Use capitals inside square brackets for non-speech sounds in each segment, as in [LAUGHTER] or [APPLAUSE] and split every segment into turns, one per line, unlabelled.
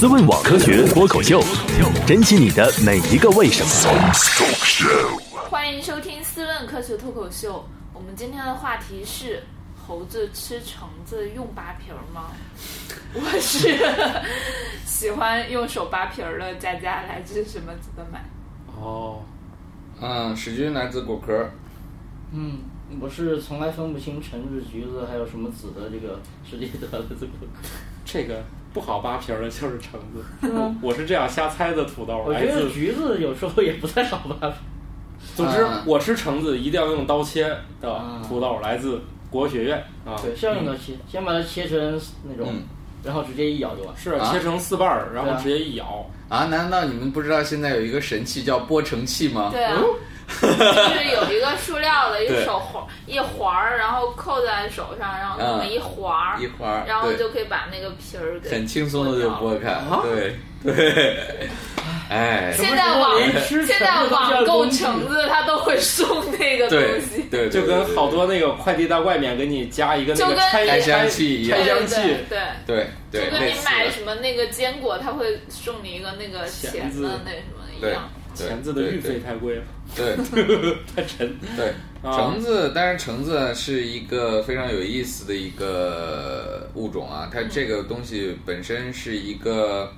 思问网科学脱口秀，珍惜你的每一个为什么。
欢迎收听《思问科学脱口秀》，我们今天的话题是：猴子吃橙子用扒皮儿 [LAUGHS] 吗？我是喜欢用手扒皮儿的佳佳，来自什么值得买？
哦，
嗯，史军来自果壳，
嗯，我是从来分不清橙子、橘子还有什么籽的这个史蒂德的这个。
这个不好扒皮儿的就是橙子，我是这样瞎猜的。土豆
我
来
觉得
自，
橘子有时候也不太好吧。
总之
啊
我吃橙子一定要用刀切的
啊。
土豆来自国学院啊，
对，是要用刀切，先把它切成那种，
嗯
然后直接一咬就完。
是
啊
切成四瓣儿，然
对啊
后直接一咬。
啊，难道你们不知道现在有一个神器叫剥橙器吗？
对啊，就是有一个塑料的，一
对
手环一环儿，然后扣在手上，然后那么一环儿，
啊一会儿，
然后
对
就可以把那个皮儿给
很轻松的就
剥
剥开，
啊
对对，
[LAUGHS]
哎，
现在网
什么时候连吃
现在
橙子都
网
叫
购
工具
橙子，它都会送那个
对
东西。
对，
就跟好
对
多那个快递到外面给你加一个那
就
个
跟
拆
开箱
拆
器一样
开
对
箱
对
器，
对对
对对，
就跟
类
你
似
买
的
什么那个坚果，他会送你一个那个
钳
钳
子
子那什么一
对
样。
对
橙子的
对
运费太贵了，
对
[LAUGHS] 太沉。
对，
啊
橙子，但是橙子是一个非常有意思的一个物种啊，它这个东西本身是一个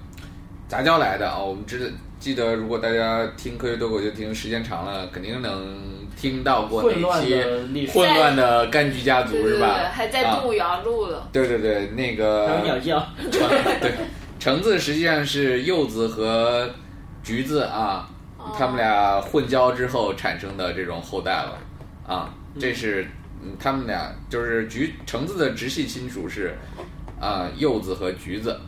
杂交来的啊、我们知记得，如果大家听科学脱口秀听时间长了，肯定能听到过
混
那
乱
些
的历史
混乱的柑橘家族
对对
是
对，
吧？
还在
啊
动物园录了。
对对对，那个
还有鸟叫，
橙 [LAUGHS] 对，橙子实际上是柚子和橘子啊，它
哦
们俩混交之后产生的这种后代了啊，这是嗯它们俩就是橘橙子的直系亲属是啊柚子和橘子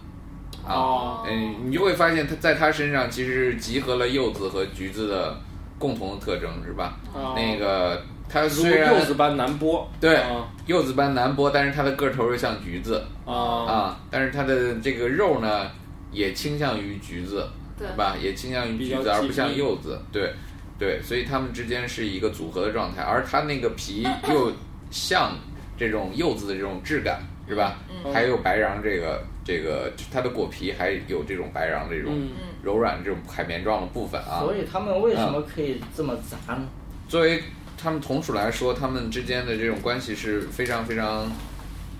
啊，
哦，
嗯，你就会发现它在它身上其实集合了柚子和橘子的共同的特征是吧？
哦
那个它
如
虽然
柚子般难剥。
对
啊
柚子般难剥，但是它的个头又像橘子。
啊，
啊，但是它的这个肉呢，也倾向于橘子，
对
是吧？也倾向于橘
比
子，
较
而不
细
像
腻
柚子。对，对，所以它们之间是一个组合的状态，而它那个皮
[LAUGHS]
又像这种柚子的这种质感，是吧？
嗯
还有白瓤这个这个，它的果皮还有这种白瓤这种
嗯
柔软这种海绵状的部分啊。
所以他们为什么可以这么杂呢？
作为它们同属来说，它们之间的这种关系是非常非常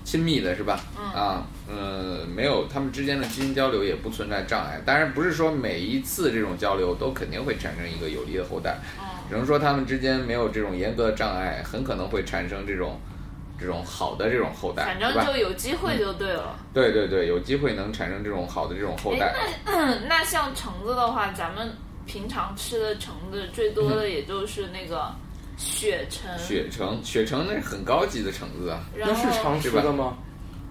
亲密的，是吧？
嗯
啊，呃，没有，它们之间的基因交流也不存在障碍。当然，不是说每一次这种交流都肯定会产生一个有利的后代，
嗯
只能说它们之间没有这种严格的障碍，很可能会产生这种这种好的这种后代，
反
是
正
吧嗯
就？有机会就对了。
对对对，有机会能产生这种好的这种后代。
哎嗯那像橙子的话，咱们平常吃的橙子最多的也就是那个雪橙，
嗯雪橙，雪橙那是很高级的橙子啊，
然
那是
后
常吃的吗？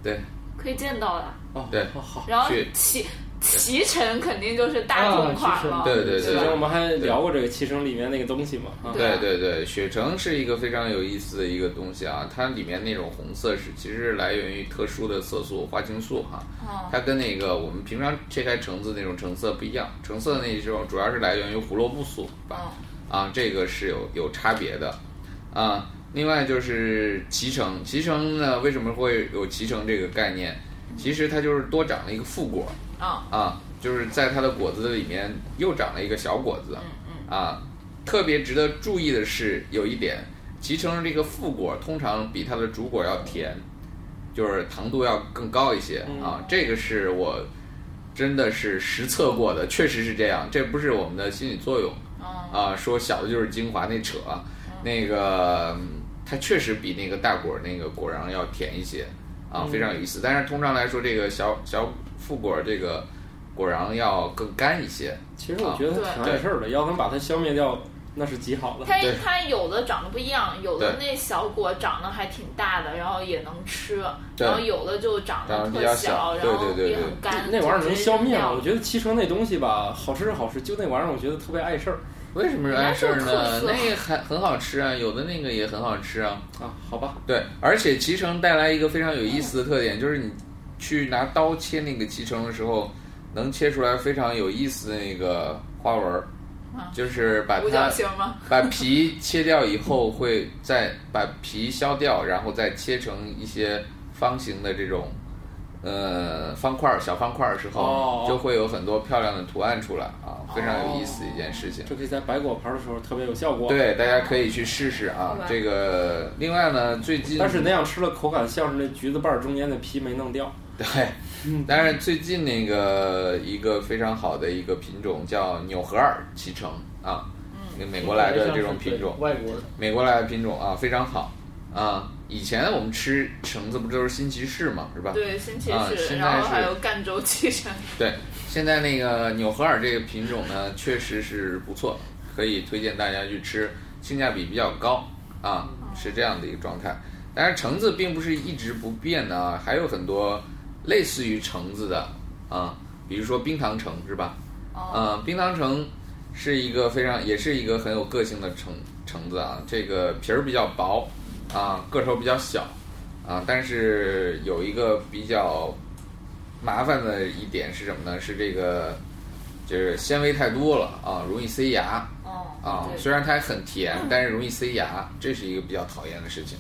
对
可以见到的。
哦，
对
好好。
然后
雪
脐脐橙肯定就是大众款了
啊，
对对
之
对
是吧
前我们还聊过这个《七声》里面那个东西嘛，啊，
对啊
对对对，雪橙是一个非常有意思的一个东西啊，它里面那种红色是其实是来源于特殊的色素花青素哈、
嗯
它跟那个我们平常切开橙子那种橙色不一样，橙色那种主要是来源于胡萝卜素吧，啊，这个是有有差别的，啊，另外就是脐橙，脐橙呢为什么会有脐橙这个概念？其实它就是多长了一个副果，
啊，
啊，就是在它的果子里面又长了一个小果子，
嗯
啊，特别值得注意的是有一点，脐橙这个副果通常比它的主果要甜，就是糖度要更高一些
嗯
啊，这个是我真的是实测过的，确实是这样，这不是我们的心理作用
嗯
啊，说小的就是精华那扯啊，那个嗯它确实比那个大果儿那个果瓤要甜一些啊，
嗯
非常有意思。但是通常来说，这个小小副果儿这个果瓤要更干一些，
其实我觉得
啊
它挺碍事儿的，要能把它消灭掉，那是极好的。
它
对
它有的长得不一样，有的
对
那小果长得还挺大的，然后也能吃，
对
然后有的就长得
长得比
特
较小
然后
对对对
也
对
很干。
那玩意儿能消灭吗？我
就
觉得七成那东西吧，好吃是好吃，就那玩意儿我觉得特别碍事儿
为什么是碍事儿
人家
呢？
是特色
那个还很好吃啊，有的那个也很好吃啊。
啊。好吧，
对，而且脐橙带来一个非常有意思的特点，就是你去拿刀切那个脐橙的时候，能切出来非常有意思的那个花纹儿
啊，
就是把
直接掉五角
它
星吗？
[LAUGHS] 把皮切掉以后，会再把皮削掉，然后再切成一些方形的这种呃方块儿小方块儿的时
哦
候，就会有很多漂亮的图案出来啊，非常有意思的一件事情。
这可以在摆果盘的时候特别有效果。，
对，大家可以去试试
好
啊
吧。
这个另外呢，最近
但是那样吃了口感像是那橘子瓣儿中间的皮没弄掉。
对，
嗯
但是最近那个一个非常好的一个品种叫纽荷尔脐橙啊，
嗯
那美国来的这种品种
对，外国的
美国来的品种啊，非常好啊。以前我们吃橙子不都是新奇士嘛，是吧？
对，新奇
啊
士，
现在
然后
是
还有赣州七
[LAUGHS]
橙，
对，现在那个纽荷尔这个品种呢，确实是不错，可以推荐大家去吃，性价比比较高啊，是这样的一个状态。但是橙子并不是一直不变的啊，还有很多类似于橙子的啊，比如说冰糖橙是吧？
哦，
嗯，冰糖橙是一个非常，也是一个很有个性的橙橙子啊。这个皮儿比较薄，啊，个头比较小，啊，但是有一个比较麻烦的一点是什么呢？是这个就是纤维太多了啊，容易塞牙啊
哦，。对，
虽然它很甜，但是容易塞牙，这是一个比较讨厌的事情。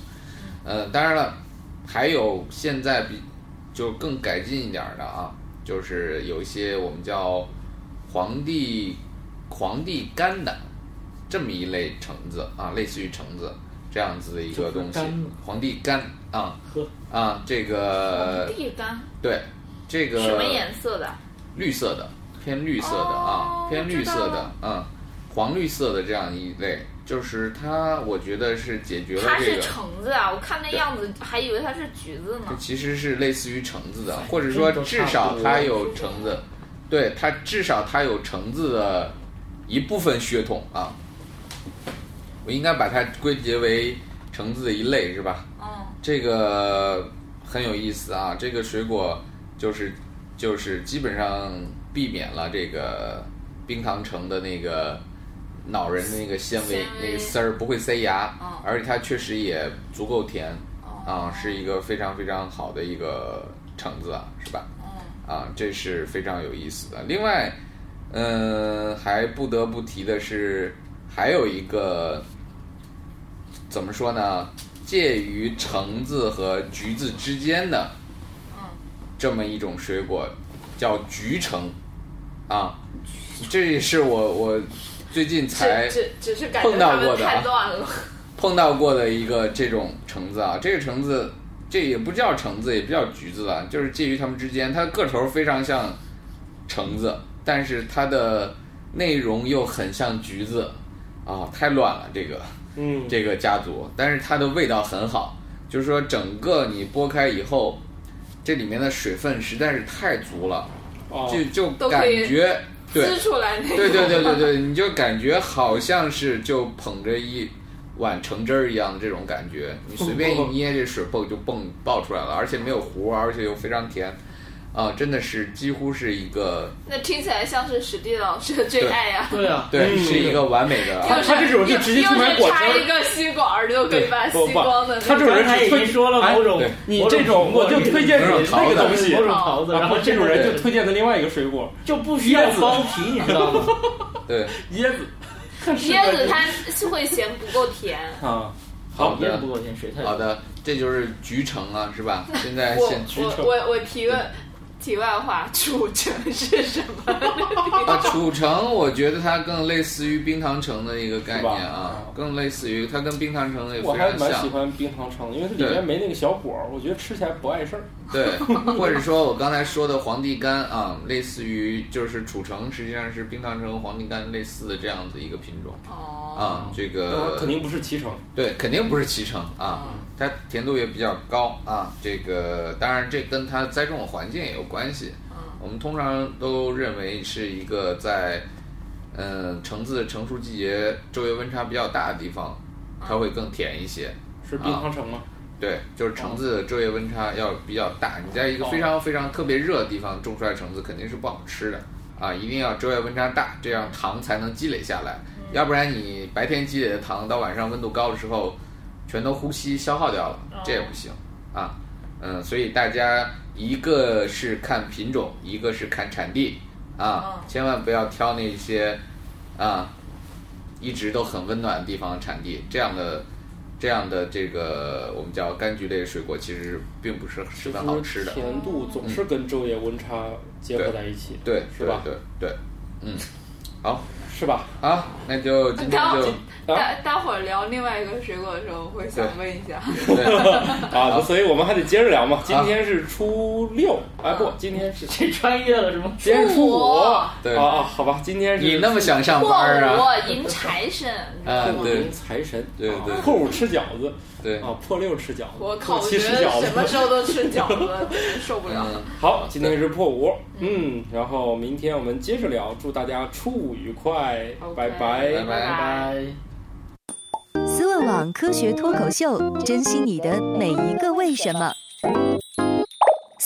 呃，当然了，还有现在比就更改进一点儿的啊，就是有一些我们叫皇帝皇帝甘蓝这么一类橙子啊，类似于橙子这样子的一个东
就
西
是甘嘛，
皇帝甘啊
喝
啊，这个
地柑
对呃这个
什么颜色的？
绿色的，偏绿色的、
哦
啊，偏绿色
我知道
的
了，
嗯，黄绿色的这样一类，就是它，我觉得是解决了
它
这
是
个，
橙子啊，我看那
对
样子还以为它是橘子呢。
其实是类似于橙子的，或者
真
说
都差
至
不
少
多
它有橙子，对它至少它有橙子的一部分血统啊，我应该把它归结为橙子的一类是吧？
嗯，
这个很有意思啊，这个水果就是就是基本上避免了这个冰糖橙的那个恼人的那个纤维
纤维
那个丝儿不会塞牙，
嗯
而且它确实也足够甜
哦，
啊，是一个非常非常好的一个橙子啊，是吧？
嗯，
啊，这是非常有意思的。另外，嗯，还不得不提的是，还有一个怎么说呢？介于橙子和橘子之间的，这么一种水果叫橘橙，啊，这也是我我最近才
只只只是感觉
碰
它
到过
们
的啊
太乱了。
碰到过的一个这种橙子啊，这个橙子这也不叫橙子，也不叫橘子了，就是介于它们之间。它的个头非常像橙子，但是它的内容又很像橘子，啊、太乱了这个
嗯，
这个家族。但是它的味道很好，就是说整个你剥开以后，这里面的水分实在是太足了，
哦，
就就
都
感
可以
觉对
[LAUGHS] 撕出来那个。
对对对对对，你就感觉好像是就捧着一碗橙汁儿一样的这种感觉，你随便一捏这水泵就蹦爆出来了，而且没有糊，而且又非常甜，啊，真的是几乎是一个
那听起来像是史蒂老师的最爱呀、
对啊，
[LAUGHS] 对，
嗯
是一个完美的。
又
啊
是
他这种是直接
又
从
是
买果汁
插
儿
一个吸管儿就可以把
不
吸
不
光的那
他这种
种
人
刚才已经说了某种
哎对，
你
某
这种我就
苹果
推荐
某
你
种
那
桃
个
子
东西
某，种桃子，然
然后
后
这种人就
就
推荐的另外一个水果
就不需要剥皮，你知道吗？
[LAUGHS] 对，
[LAUGHS] 椰子 [LAUGHS]
椰子，它是会嫌不够甜。
啊，
好，
的
椰子不够甜，水太
好
多。 [LAUGHS]
的，这就是橘橙啊，是吧？现在
我
现
橘
我
橙
我我提个题外话，楚橙是什么？
啊，楚橙，我觉得它更类似于冰糖橙的一个概
是吧
念啊
啊，
更类似于它跟冰糖橙也
我
非
还
常
蛮喜
像。
欢冰糖橙的，因为它里面没那个小果儿，我觉得吃起来不碍事儿。
对，或者说我刚才说的皇帝柑啊，类似于就是楚橙，实际上是冰糖橙和皇帝柑类似的这样子一个品种
[LAUGHS] 哦，
啊。这
那
个
肯定不是脐橙，
对，肯定不是脐橙啊，它甜度也比较高啊。这个当然这跟它栽种的环境也有关系。
嗯
我们通常都认为是一个在嗯橙子成熟季节昼夜温差比较大的地方，它会更甜一些。
是冰
啊
糖橙吗？
对，就是橙子的昼夜温差要比较大。你在一个非常非常特别热的地方种出来橙子，肯定是不好吃的啊！一定要昼夜温差大，这样糖才能积累下来。要不然你白天积累的糖，到晚上温度高的时候，全都呼吸消耗掉了，这也不行啊。嗯，所以大家一个是看品种，一个是看产地啊
嗯，
千万不要挑那些啊一直都很温暖的地方的产地，这样的这样的这个我们叫柑橘类水果，其实并不是十分好吃的。嗯
甜度总是跟昼夜温差结合在一起，
对，
是吧？
对对对，嗯，好
是吧？
[LAUGHS] 好，那就今天
待会
就
儿
啊
待待会儿聊另外一个水果的时候，我会想问一
[LAUGHS]
下，
对
啊，所以我们还得接着聊嘛。今天是初六，哎
啊
不，今天是
这穿越了是吗？
今天是初五，
我
对
啊啊，好吧，今天是
你那么想上
过 [LAUGHS]
班啊？
午迎财
[LAUGHS]
神，你知道
啊
破
吗
五
对
迎财神，
对对
啊破五吃饺子
对，
啊，破六吃饺子，
我靠，
破
我
七
觉
吃
得
饺
什么
子。
时候都吃
[LAUGHS]
饺子，真是受不了。
嗯，
好，今天是破五，嗯，然后明天我们接着聊，祝大家初五愉快，
OK，
拜拜。
拜拜
拜。
思问网科学脱口秀，珍惜你的每一个为什么。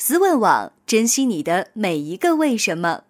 思问网，珍惜你的每一个为什么。